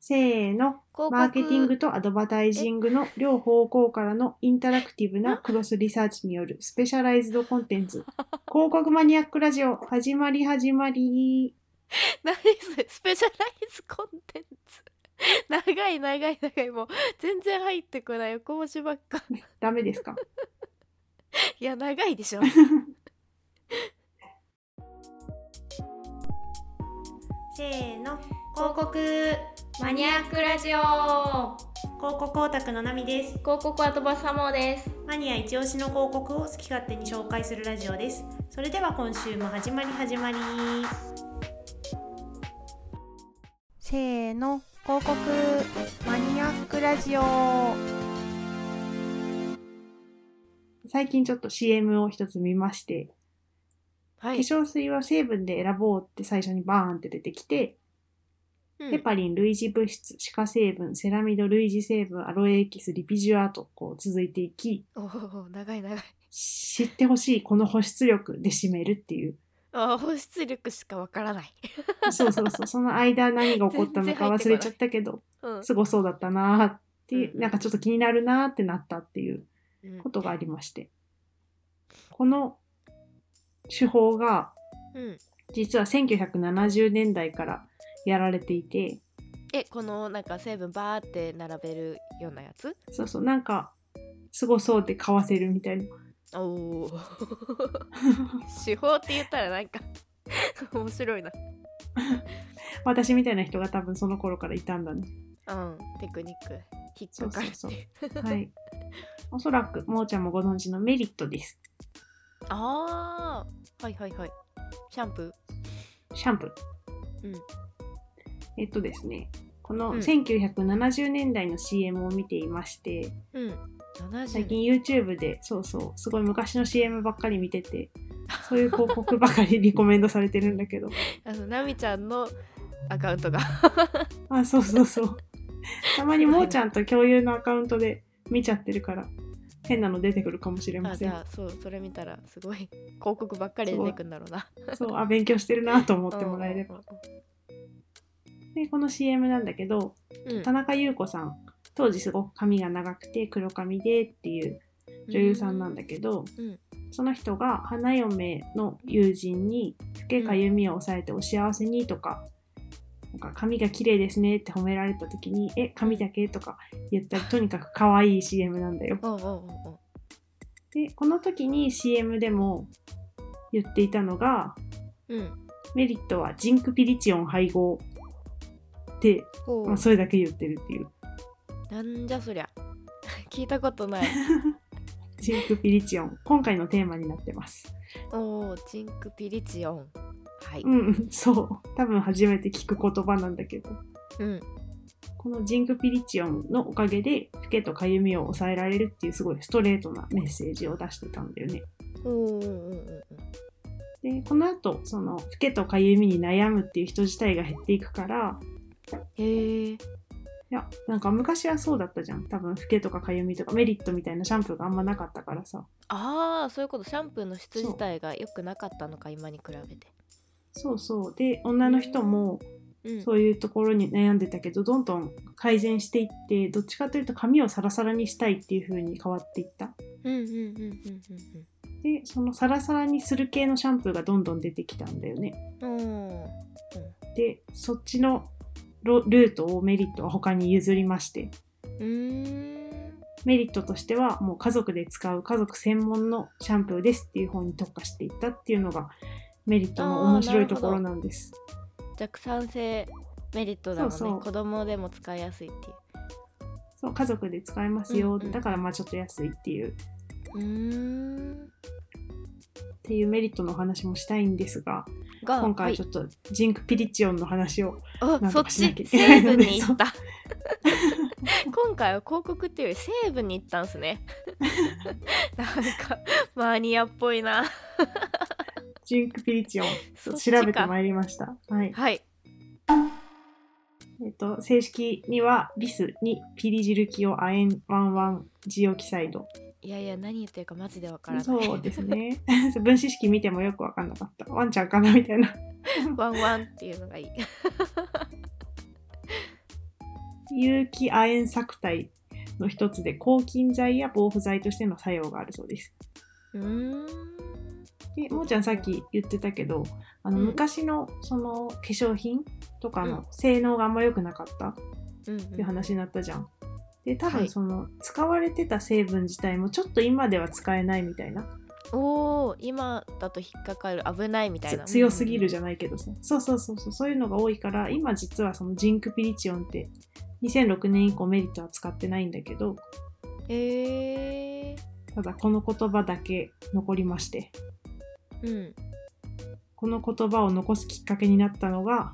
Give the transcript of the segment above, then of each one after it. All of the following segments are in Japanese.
せーの。告マーケティングとアドバタイジングの両方向からのインタラクティブ なクロスリサーチによるスペシャライズドコンテン ツ。広告マニアックラジオ、始まり始まり。何それスペシャライズコンテンツ長い長い長いもう全然入ってこない横文字ばっかダメです かいや長いでしょせーの。広告マニアックラジオ広告オタクのナミです。広告は飛ばさもですマニア一押しの広告を好き勝手に紹介するラジオです。それでは今週も始まり始まり。せーの、広告マニアックラジオ。最近ちょっと CM を一つ見まして、は化い粧水は成分で選ぼうって最初にバーンって出てきて、うヘんパリン、類似物質、歯科成分、セラミド、類似成分、アロエエキス、リピジュアとこう続いていき、おお長い長い知ってほしいこの保湿力で締めるっていうあー保湿力しかわからないそうそう そうその間何が起こったのか忘れちゃったけどうん、すごそうだったなーっていう、うんなんかちょっと気になるなーってなったっていううんことがありましてこの手法がうん実は1970年代からやられていてえこのなんか成分バーって並べるようなやつそうそうなんかすごそうで買わせるみたいなおお 手法って言ったらなんか面白いな私みたいな人が多分その頃からいたんだ ねうんテクニック引っかかるっていうそうそうはい。おそらく、もーちゃんもご存知のメリットです。 ああはいはいはいシャンプシャンプー。うんえっとですね、このうん1970年代の CM を見ていまして、ーうん70最近 YouTube で、そうそう、すごい昔の CM ばっかり見てて、そういう広告ばかりリコメンドされてるんだけ ど、あのナミちゃんのアカウン トがあ、そうそうそう。たまにもーちゃんと共有のアカウントで見ちゃってるから、変なの出てくるかもしれまあせじん。ゃあそうそれ見たらすごい広告ばっかり出てくんだろうなそう、あ、勉強してるなと思ってもらえれば。ばで、この CM なんだけど、うん田中優子さん当時すごく髪が長くて黒髪でっていう女優さんなんだけど、うんその人が花嫁の友人に「老けかゆみを抑えてお幸せに」とか「なんか髪が綺麗ですね」って褒められた時に「え髪だけ?」とか言ったりとにかく可愛い CM なんだよ。おうおうおうでこの時に CM でも言っていたのがおううんメリットはジンクピリチオン配合って、ほうまあ、それだけ言ってるっていう。なんじゃそりゃ 聞いたことない ジンクピリチオン今回のテーマになってますおおジンクピリチオンはい、うんそう多分初めて聞く言葉なんだけどうん、このジンクピリチオンのおかげで老けとかゆみを抑えられるっていうすごいストレートなメッセージを出してたんだよねおおうでこの後その老けとかゆみに悩むっていう人自体が減っていくからへえいやなんか昔はそうだったじゃん多分老けとかかゆみとかメリットみたいなシャンプーがあんまなかったからさああそういうことシャンプーの質そう自体が良くなかったのか今に比べてそうそうで女の人もうんそういうところに悩んでたけどどんどん改善していってどっちかというと髪をサラサラにしたいっていう風に変わっていったうんうんうんうんうんでそのサラサラにする系のシャンプーがどんどん出てきたんだよねうんおーでそっちのロルートをメリットは他に譲りましてうーんメリットとしてはもう家族で使う家族専門のシャンプーですっていう方に特化していったっていうのがメリットの面白いところなんです弱酸性メリットだもんねそうそう子供でも使いやすいっていうそう家族で使えますよ、うんうんだからまあちょっと安いっていううーんっていうメリットのお話もしたいんですがが今回はちょっとジンクピリチオンの話を、はい、なあんそとっかしなきゃちいけな成いの分でに行った 今回は広告っていうより成分に行ったんす ねなんかマニアっぽいな ジンクピリチオンちょそっっとち調かべてまいりました。はい。はいえっと、正式にはビスにピリジルキオアエンワンワンジオキサイド。いやいや何言ってるかマジでわからないそうですね。分子式見てもよくわかんなかった。ワンちゃんかなみたいな。ワンワンっていうのがいい有機亜鉛錯体の一つで抗菌剤や防腐剤としての作用があるそうです。うーんでもーちゃんさっき言ってたけどあのうん昔のその化粧品とかうんの性能があんま良くなかったっうんていう話になったじゃん。で多はい分その使われてた成分自体もちょっと今では使えないみたいなおお今だと引っかかる危ないみたいつな強すぎるじゃゃないけどさそうそうそうそうそういうのが多いから今実はそのジンクピリチオンって2006年以降メリットは使ってないんだけどんへえただこの言葉だけ残りましてうんこの言葉を残すきっかけになったのが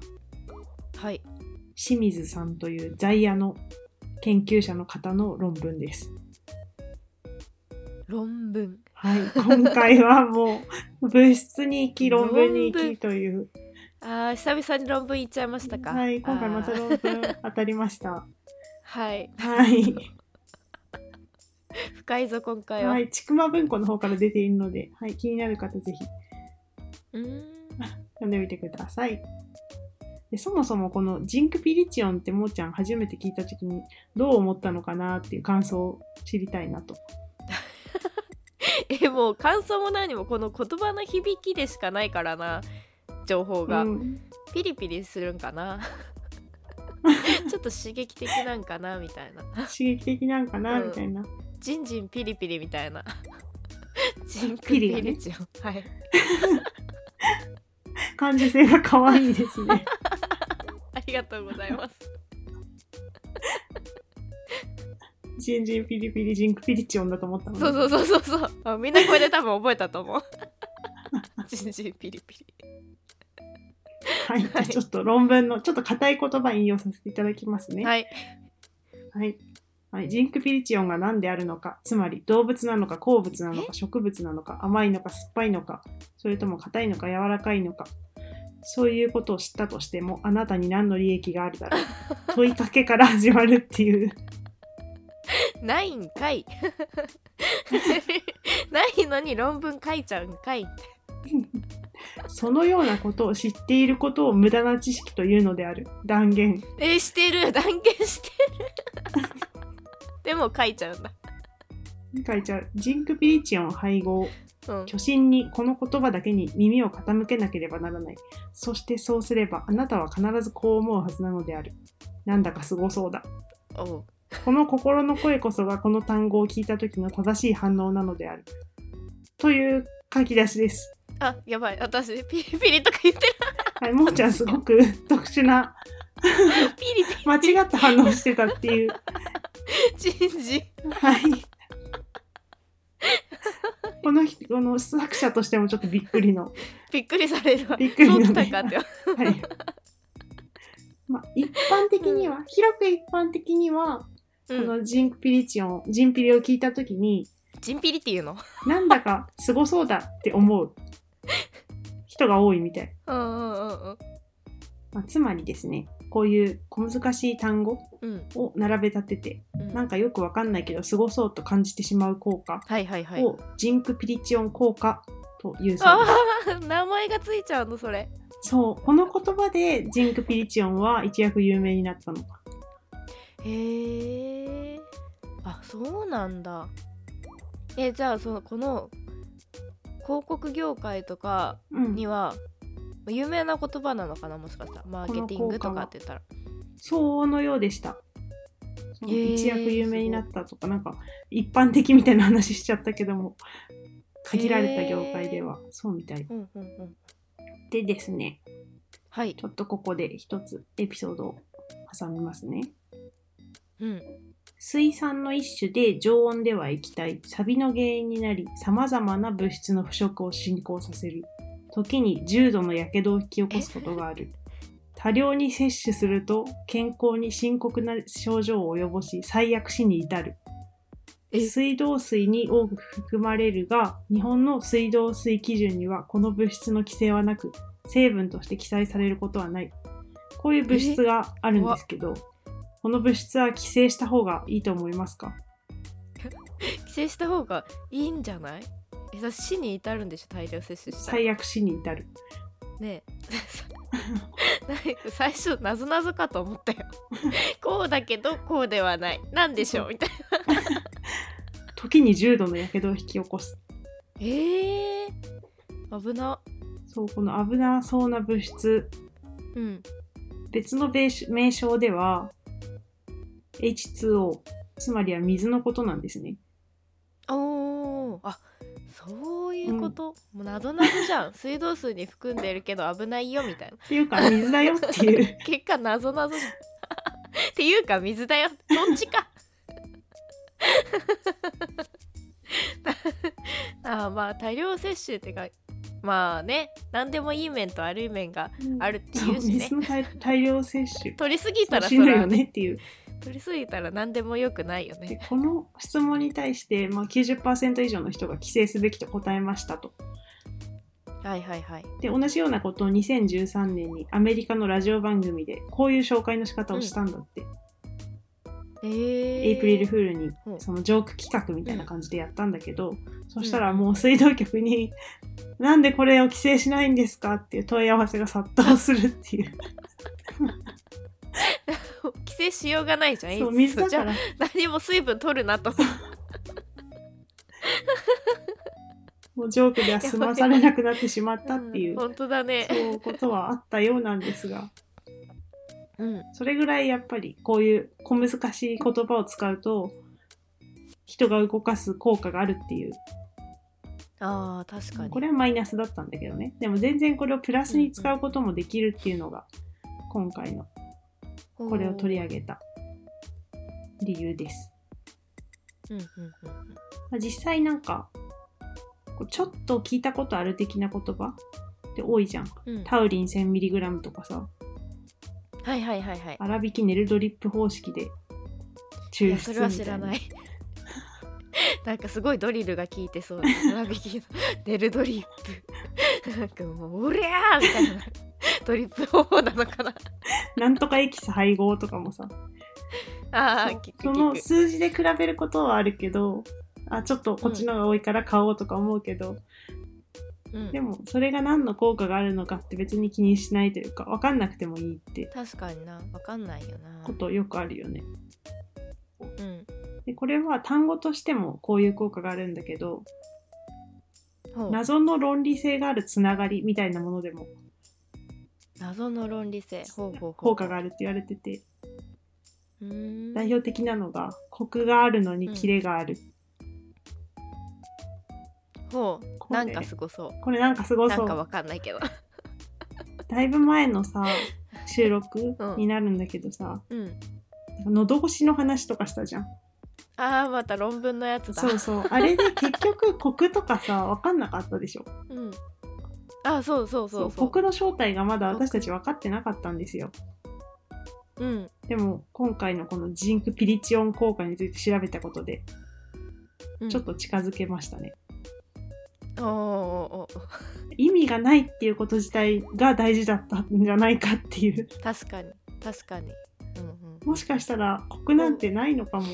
はい清水さんという在野の研究者の方の論文です。論文はい、今回はもう物質に生き論文に生きという、あー久々に論文言っちゃいましたかはい、今回またあー論文当たりま した。はいはい、深いぞ今回は、はい、ちくま文庫の方から出ているので、はい、気になる方ぜひうーん 読んでみてください。でそもそもこのジンクピリチオンってもーちゃん初めて聞いた時にどう思ったのかなっていう感想を知りたいなと。えもう感想も何もこの言葉の響きでしかないからな情報が、うんピリピリするんか なちょっと刺激的なんかなみたいな刺激的なんかな、うんみたいな。ジンジンピリピリみたいなジンクピピリがねリチオン、はい感受性が可愛いですね。ありがとうございますジンジンピリピリジンクピリチオンだと思ったのねそうそうそうそうそうあみんなこれで多分覚えたと思う ジンジンピリピリはい、じゃあちょっと論文のちょっと硬い言葉引用させていただきますね。はいはい。はい、ジンクピリチオンが何であるのか、つまり動物なのか鉱物なのか植物なのか甘いのか酸っぱいのか、それとも硬いのか柔らかいのか、そういうことを知ったとしてもあなたに何の利益があるだろう。 問いかけから始まるっていう。ないんかい ないのに論文書いちゃうんかいそのようなことを知っていることを無駄な知識というのである。断言。えーしてる断言してる でも書いちゃうんだ書いちゃう。ジンクピリチオン配合。うん巨神にこの言葉だけに耳を傾けなければならない。そしてそうすればあなたは必ずこう思うはずなのである。なんだかすごそうだ。おうこの心の声こそがこの単語を聞いた時の正しい反応なのである。という書き出しです。あやばい私ピリピリとか言ってるはい、もーちゃんすごく特殊なピリピ間違った反応してたっていう。リ人事はい。この人この作者としてもちょっとびっくりの。 びっくりされるわびっくりそうのきねた かってはい。まあ、一般的には、広く一般的には、うこんのジンクピリチオン、ジンピリを聞いたときに、人ピリっていうのなんだかすごそうだって思う人が多いみたい。うんうんうんうんまあ、つまりですね、こういう小難しい単語うんを並べ立てて、うんなんかよくわかんないけど、すごそうと感じてしまう効果はいはいはいをジンクピリチオン効果というそうです。あー 名前がついちゃうのそれそう、この言葉でジンクピリチオンは一躍有名になったの。へえあそうなんだえじゃあそのこの広告業界とかうんには有名な言葉なのかなもしかしたらマーケティングとかって言ったらそうのようでした。そのへー一躍有名になったとか、なんか一般的みたいな話しちゃったけども、限られた業界ではそうみたい。うんうんうんでですね、はいちょっとここで一つエピソードを挟みますね。うん水酸の一種で常温では液体、サビの原因になり、様々な物質の腐食を進行させる。時に重度の火傷を引き起こすことがある。多量に摂取すると健康に深刻な症状を及ぼし、最悪死に至る。え水道水に多く含まれるが、日本の水道水基準にはこの物質の規制はなく、成分として記載されることはない。こういう物質があるんですけど、この物質は規制した方がいいと思いますか規制した方がいいんじゃないえさ死に至るんでしょ大量摂取したら最悪死に至る。 ねえなんか最初なぞなぞかと思ったよこうだけどこうではないなんでしょうみたいな時に重度のやけどを引き起こすええ危なそうこの危なそうな物質うん別の名称名称では H2O つまりは水のことなんですねおーあそういうこと、もうなぞなぞじゃん 水道水に含んでるけど危ないよみたいなっていうか水だよっていう結果なぞなぞじゃんっていうか水だよどっちか あーまあ多量摂取ってかまあね何でもいい面と悪い面が あるっていうしねそう水の大大量摂取取りすぎたらそ死ぬれはよねねっていう取りすぎたら何でもよくないよねでこの質問に対して、まあ、90%以上の人が規制すべきと答えましたとはいはいはいで同じようなことを2013年にアメリカのラジオ番組でこういう紹介の仕方をしたんだって、えー、エイプリルフールにうんそのジョーク企画みたいな感じでやったんだけど、そしたらもう水道局に「なんでこれを規制しないんですか?」っていう問い合わせが殺到するって いう 規制しようがないじゃんそういつ水だじゃかあら何も水分取るなともうジョークでは済まされなくなってしまったって いう、本当だそうねいうことはあったようなんですがうんそれぐらいやっぱりこういう小難しい言葉を使うと人が動かす効果があるっていうあー確かにこれはマイナスだったんだけどねでも全然これをプラスに使うこともできるっていうのが今回のこれを取り上げた理由です。うんうんうんまあ実際なんかこうちょっと聞いたことある的な言葉って多いじゃん。うんうんタウリン 1000mg とかさはいはいはいはい粗挽きネルドリップ方式でい抽出やそれは知らみたない なんかすごいドリルが効いてそうな粗挽きのデルドリップなんかもう「おりゃー!」みたいなドリップ方法なのかななんとかエキス配合とかもさああそう聞くその聞く数字で比べることはあるけどあちょっとこっちの方が多いから買おうとか思うけど、うんでもそれが何の効果があるのかって別に気にしないというか分かんなくてもいいって確かになわかんないよなことよくあるよね。うんでこれは単語としてもこういう効果があるんだけどほう謎の論理性があるつながりみたいなものでも謎の論理性ほうほうほう効果があるって言われててうーん代表的なのがコクがあるのにキレがある、ほこうれなんかすごそうこれなんかすごなそんかうわかんないけどだいぶ前のさ収録うんになるんだけどさ、うん喉越しの話とかしたじゃんあーまた論文のやつだそうそうあれで結局コクとかさ分かんなかったでしょうんあそうそうそコうそクの正体がまだ私たち分かってなかったんですよううんでも今回のこのジンクピリチオン効果について調べたことでうんちょっと近づけましたね、おーおーおー意味がないっていうこと自体が大事だったんじゃないかっていう 確かに確かにうんうんもしかしたらコクなんてないのかも、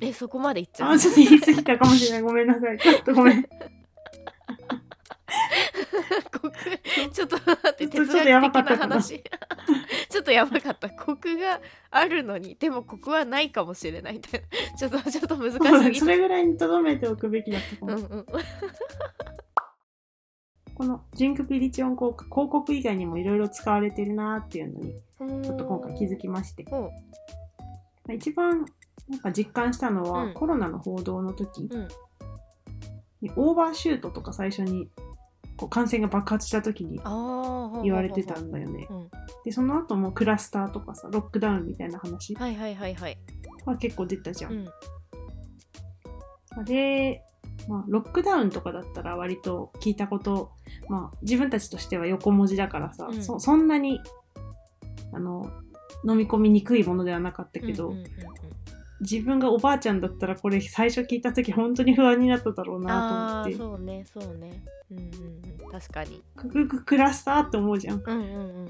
えそこまでいっちゃうあちょっと言い過ぎたかもしれな いごめんなさいちょっとごめん コクちょっと待ってちょっ哲と学的やばかったなかな話 ちょっとやばかったコクがあるのにでもコクはないかもしれないみたいな ちょっとちょっと難しす ぎそれぐらいにとどめておくべきだったかも、うんうんこのジンクピリチオン効果広告以外にもいろいろ使われてるなーっていうのにちょっと今回気づきましてほ一番なんか実感したのは、うんコロナの報道の時うんに、オーバーシュートとか最初にこう感染が爆発した時にあーほう言われてたほうんだよね。ほうほうでその後もクラスターとかさロックダウンみたいな話ほうはいはいはいはいは結構出たじゃん。うんあれ、まあ、ロックダウンとかだったら割と聞いたこと、まあ、自分たちとしては横文字だからさ、うんそそんなにあの飲み込みにくいものではなかったけど、うんうんうんうん自分がおばあちゃんだったらこれ最初聞いた時本当に不安になっただろうなあとー思ってそうねそうねうんうんうん確かにククククラスターって思うじゃんうんうんうんうん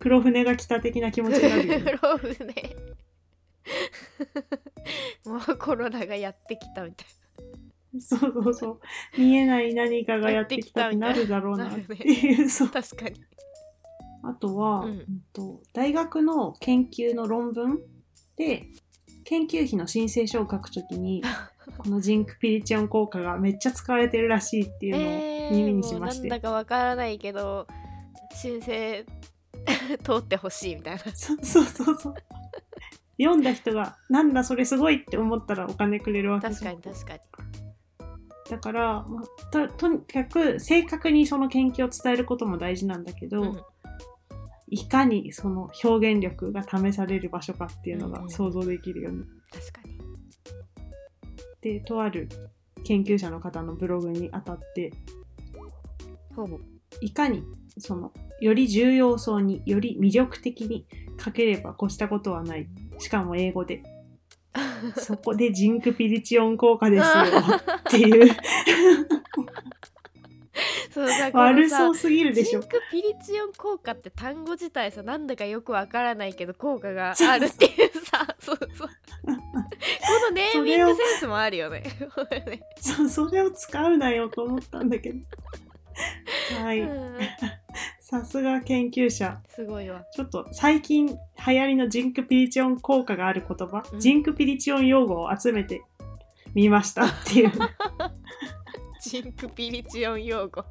黒船が来た的な気持ちになるよね ローフねもうコロナがやってきたみたいそうそうそう 見えない何かがやってきたってなるだろうなっていうそうな確かにあとは、うんうんと大学の研究の論文で研究費の申請書を書くとき にこのジンクピリチオン効果がめっちゃ使われてるらしいっていうのを、え耳にしましてもうなんだかわからないけど申請 通ってほしいみたいなそう そうそうそう読んだ人がなんだそれすごいって思ったらお金くれるわけじゃん確かに確かにだから、まあととにかく正確にその研究を伝えることも大事なんだけど、うんいかにその表現力が試される場所かっていうのうんうがん想像できるように確かにでとある研究者の方のブログに当たってほぼいかにそのより重要そうにより魅力的に書ければ越したことはないしかも英語でそこでジンクピリチオン効果ですよっていう そうさこのさ悪そうすぎるでしジょンクピリチオン効果って単語自体さなんだかよくわからないけど効果があるっていうさそうそうこのネーミングセンスもあるよね そうそれを使うなよと思ったんだけどはういんさすが研究者すごいわちょっと最近流行りのジンクピリチオン効果がある言葉、うんジンクピリチオン用語を集めてみましたって いうジンクピリチオン用語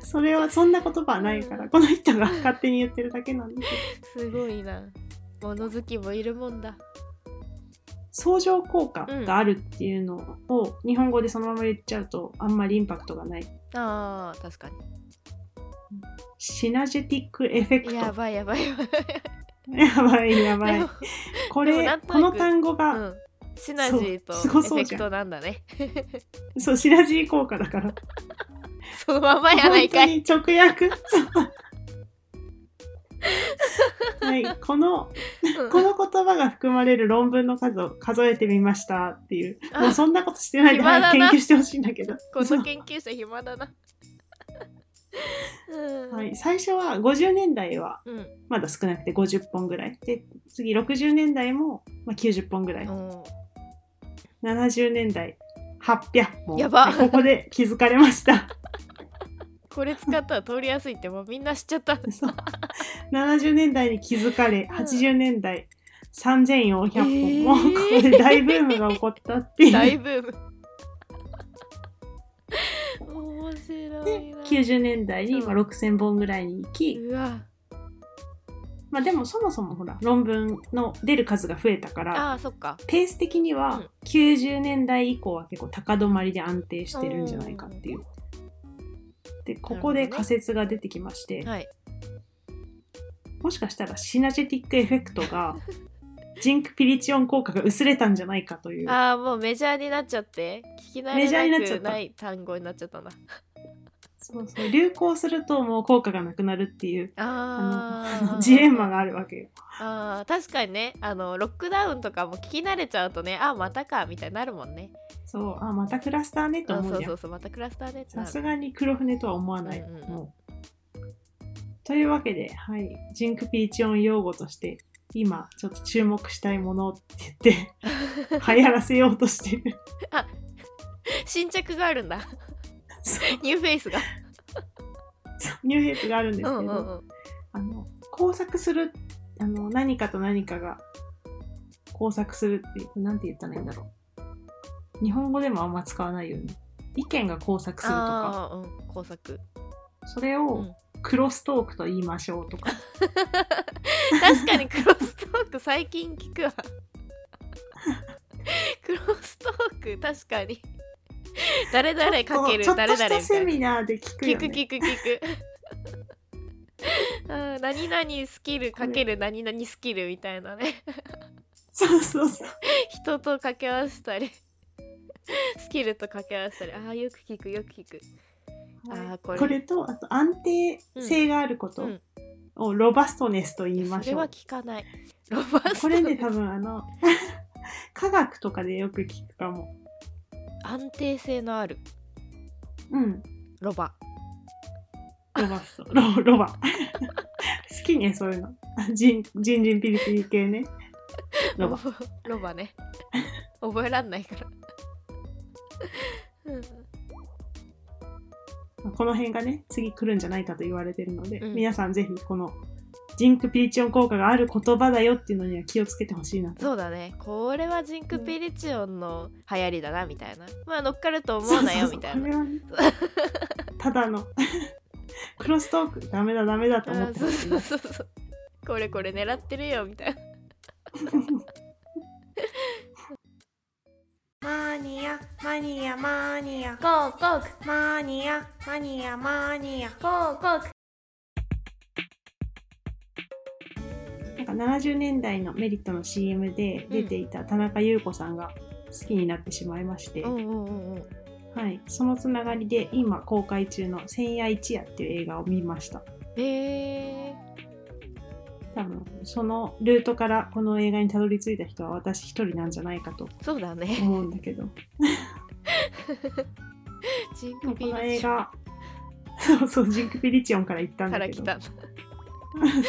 それはそんな言葉はないから、この人が勝手に言ってるだけなんですけどすごいな物好きもいるもんだ相乗効果があるっていうのを日本語でそのまま言っちゃうとあんまりインパクトがないあー確かにシナジェティックエフェクトやばいやばいやばやばいいやばでいもこでもれなんとなくこの単語うが、ん、シナジーとそうすごそうエフじゃんェクトなんだねそうシナジー効果だからそのままやな本い当かいに直 訳はいこのうんこの言葉が含まれる論文の数を数えてみましたっていうあもうそんなことしてないで暇だな早く研究してほしいんだけどこそうの研究者暇だな。うん はい、最初は50年代はうん。まだ少なくて50本ぐらいで次60年代も、まあ、90本ぐらいおー70年代800本やばでここで気づかれました これ使ったら通りやすいってもうみんな知っちゃった。そう70年代に気づかれうん80年代3400本、えーもうここで大ブームが起こったっていう大ブーム。 面白いな。 90年代にまあうん6000本ぐらいに行き、うわ。まあでもそもそもほら論文の出る数が増えたからああ、そっか。ペース的にうはん90年代以降は結構高止まりで安定してるんじゃないかっていう。でここで仮説が出てきまして、はい。もしかしたらシナジェティックエフェクトがジンクピリチオン効果が薄れたんじゃないかというああ、もうメジャーになっちゃって、聞き慣メジャーれにななっちゃっくたない単語になっちゃったんだ。そうそう流行するともう効果がなくなるっていうああのあ。 ジレンマがあるわけよ。あー確かにねあのロックダウンとかも聞き慣れちゃうとねあーまたかみたいになるもんねそうあまたクラスターねとあ思そううじゃそんうそうまたクラスターでってなさるすがに黒船とは思わない、うんうんうんもうというわけで、はい、ジンクピーチオン用語として今ちょっと注目したいものって言って 流行らせようとしてる新着があるんだそニューフェイスがニューヘイプがあるんですけど、うんうんうんあの工作するあの何かと何かが工作するっていうなんて言ったらいいんだろう日本語でもあんま使わないよね意見が工作するとかあーうん、工作それうをんクロストークと言いましょうとか確かにクロストーク最近 聞くわクロストーク確かに誰々かけるちょっと誰ちょっ々としたセみたいなミナーで聞く聞よ、ね、く聞 く聞くうん何々スキルかける何々スキルみたいなね そうそうそう人と掛け合わせたり スキルと掛け合わせたりああよく聞くよく聞くあーここれれとあと安定性があるこうとんをロバストネスと言いまそしれょう、は聞かないロバートこれね多分あの 科学とかでよく聞くかも安定性のあるうんロバロバストロロバ好きねそういうのジンジンジンピリピリ系ねロバ ロバね覚えらんないからうんこの辺がね、次来るんじゃないかと言われてるので、うん皆さんぜひこのジンクピリチオン効果がある言葉だよっていうのには気をつけてほしいなと。そうだねこれはジンクピリチオンの流行りだなみたいなまあ乗っかると思うなよみたいなそうそうそうこれはね ただのクロストーク、ダメだダメだと思あってそほうしいそなうそうそうこれこれ狙ってるよみたいなマニアマニアマニアゴーゴーマニアマニアマニアゴーゴーなんか70年代のメリットの CM で出ていた田中優子さんが好きになってしまいまして、おうおうおうおうはい、そのつながりで今公開中の「千夜一夜」っていう映画を見ましたえ多分そのルートからこの映画にたどり着いた人は私一人なんじゃないかとー、そうだね思うんだけど ジンでもこクピのリ映チオン画 そうそうジンク・ピリチオンから行ったんかだらけ来どたんだうん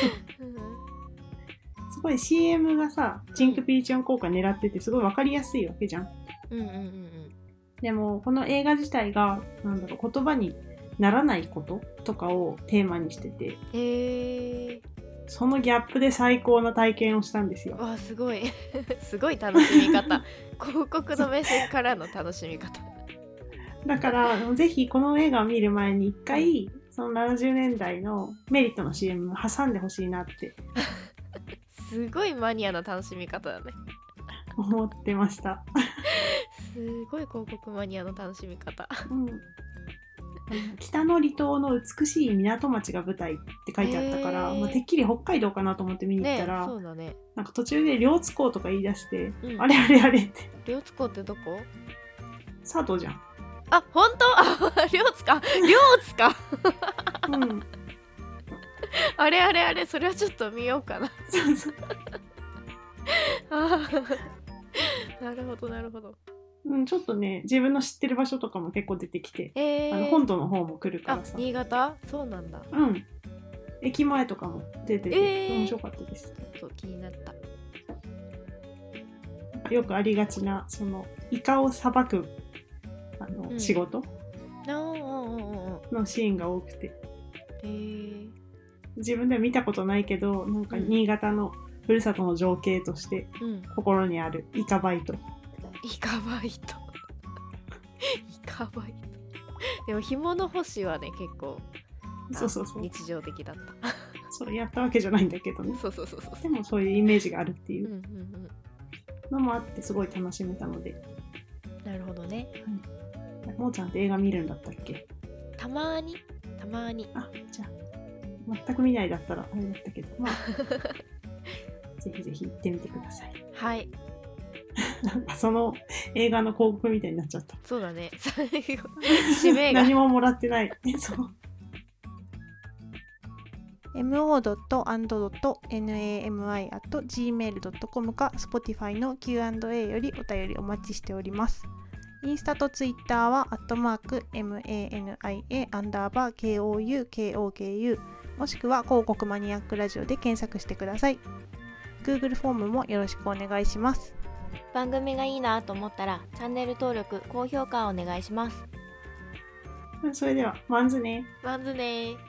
すごい CM がさジンク・ピリチオン効果狙っててすごい分かりやすいわけじゃん うんうんうんでもこの映画自体がなんだろう言葉にならないこととかをテーマにしててうんえそのギャップで最高な体験をしたんですよー、わあすごい すごい楽しみ方広告の目線からの楽しみ方だからぜひこの映画を見る前に一回その70年代のメリットの CM を挟んでほしいなってすごいマニアな楽しみ方だね思ってました、すごい広告マニアの楽しみ方うん、北の離島の美しい港町が舞台って書いてあったから、へーまあ、てっきり北海道かなと思って見に行っねたら、そうだねなんか途中で両津港とか言い出して、うんあれあれあれって両津港ってどこ佐渡じゃん。あ本当 あ両津か両津かうんあれあれあれそれはちょっと見ようかなそうそうあーなるほどなるほどうん、ちょっとね自分の知ってる場所とかも結構出てきて、えー、あの本土の方も来るかあらさ新潟そうなんだうん駅前とかも出てて、えー面白かったですちょっと気になったよくありがちなそのイカをさばくあの、うん仕事あおおおおのシーンが多くてえー、自分では見たことないけどなんかうん新潟のふるさとの情景としてうん心にあるイカバイトイカバイトイカバイトでも紐の星はね結構あそうそうそう日常的だったそうやったわけじゃないんだけどねそうそうそうそうそでもそういうイメージがあるっていううんううんうのもあってすごい楽しめたので、んなるほどねもうちゃんって映画見るんだったっけたまーにたまーにあじゃあ全く見ないだったらあれだったけどまあぜひぜひ行ってみてください はいなんかその映画の広告みたいになっちゃったそうだね 最後締めが何ももらってない。 そう。 mo.and.nami.gmail.com か Spotify の Q&A よりお便りお待ちしております。インスタとツイッターは、アットマーク、mania、アンダーバー、kou、koku、もしくは広告マニアックラジオで検索してください。Google フォームもよろしくお願いします。番組がいいなと思ったらチャンネル登録高評価をお願いしますそれでは、マンズね。まずねー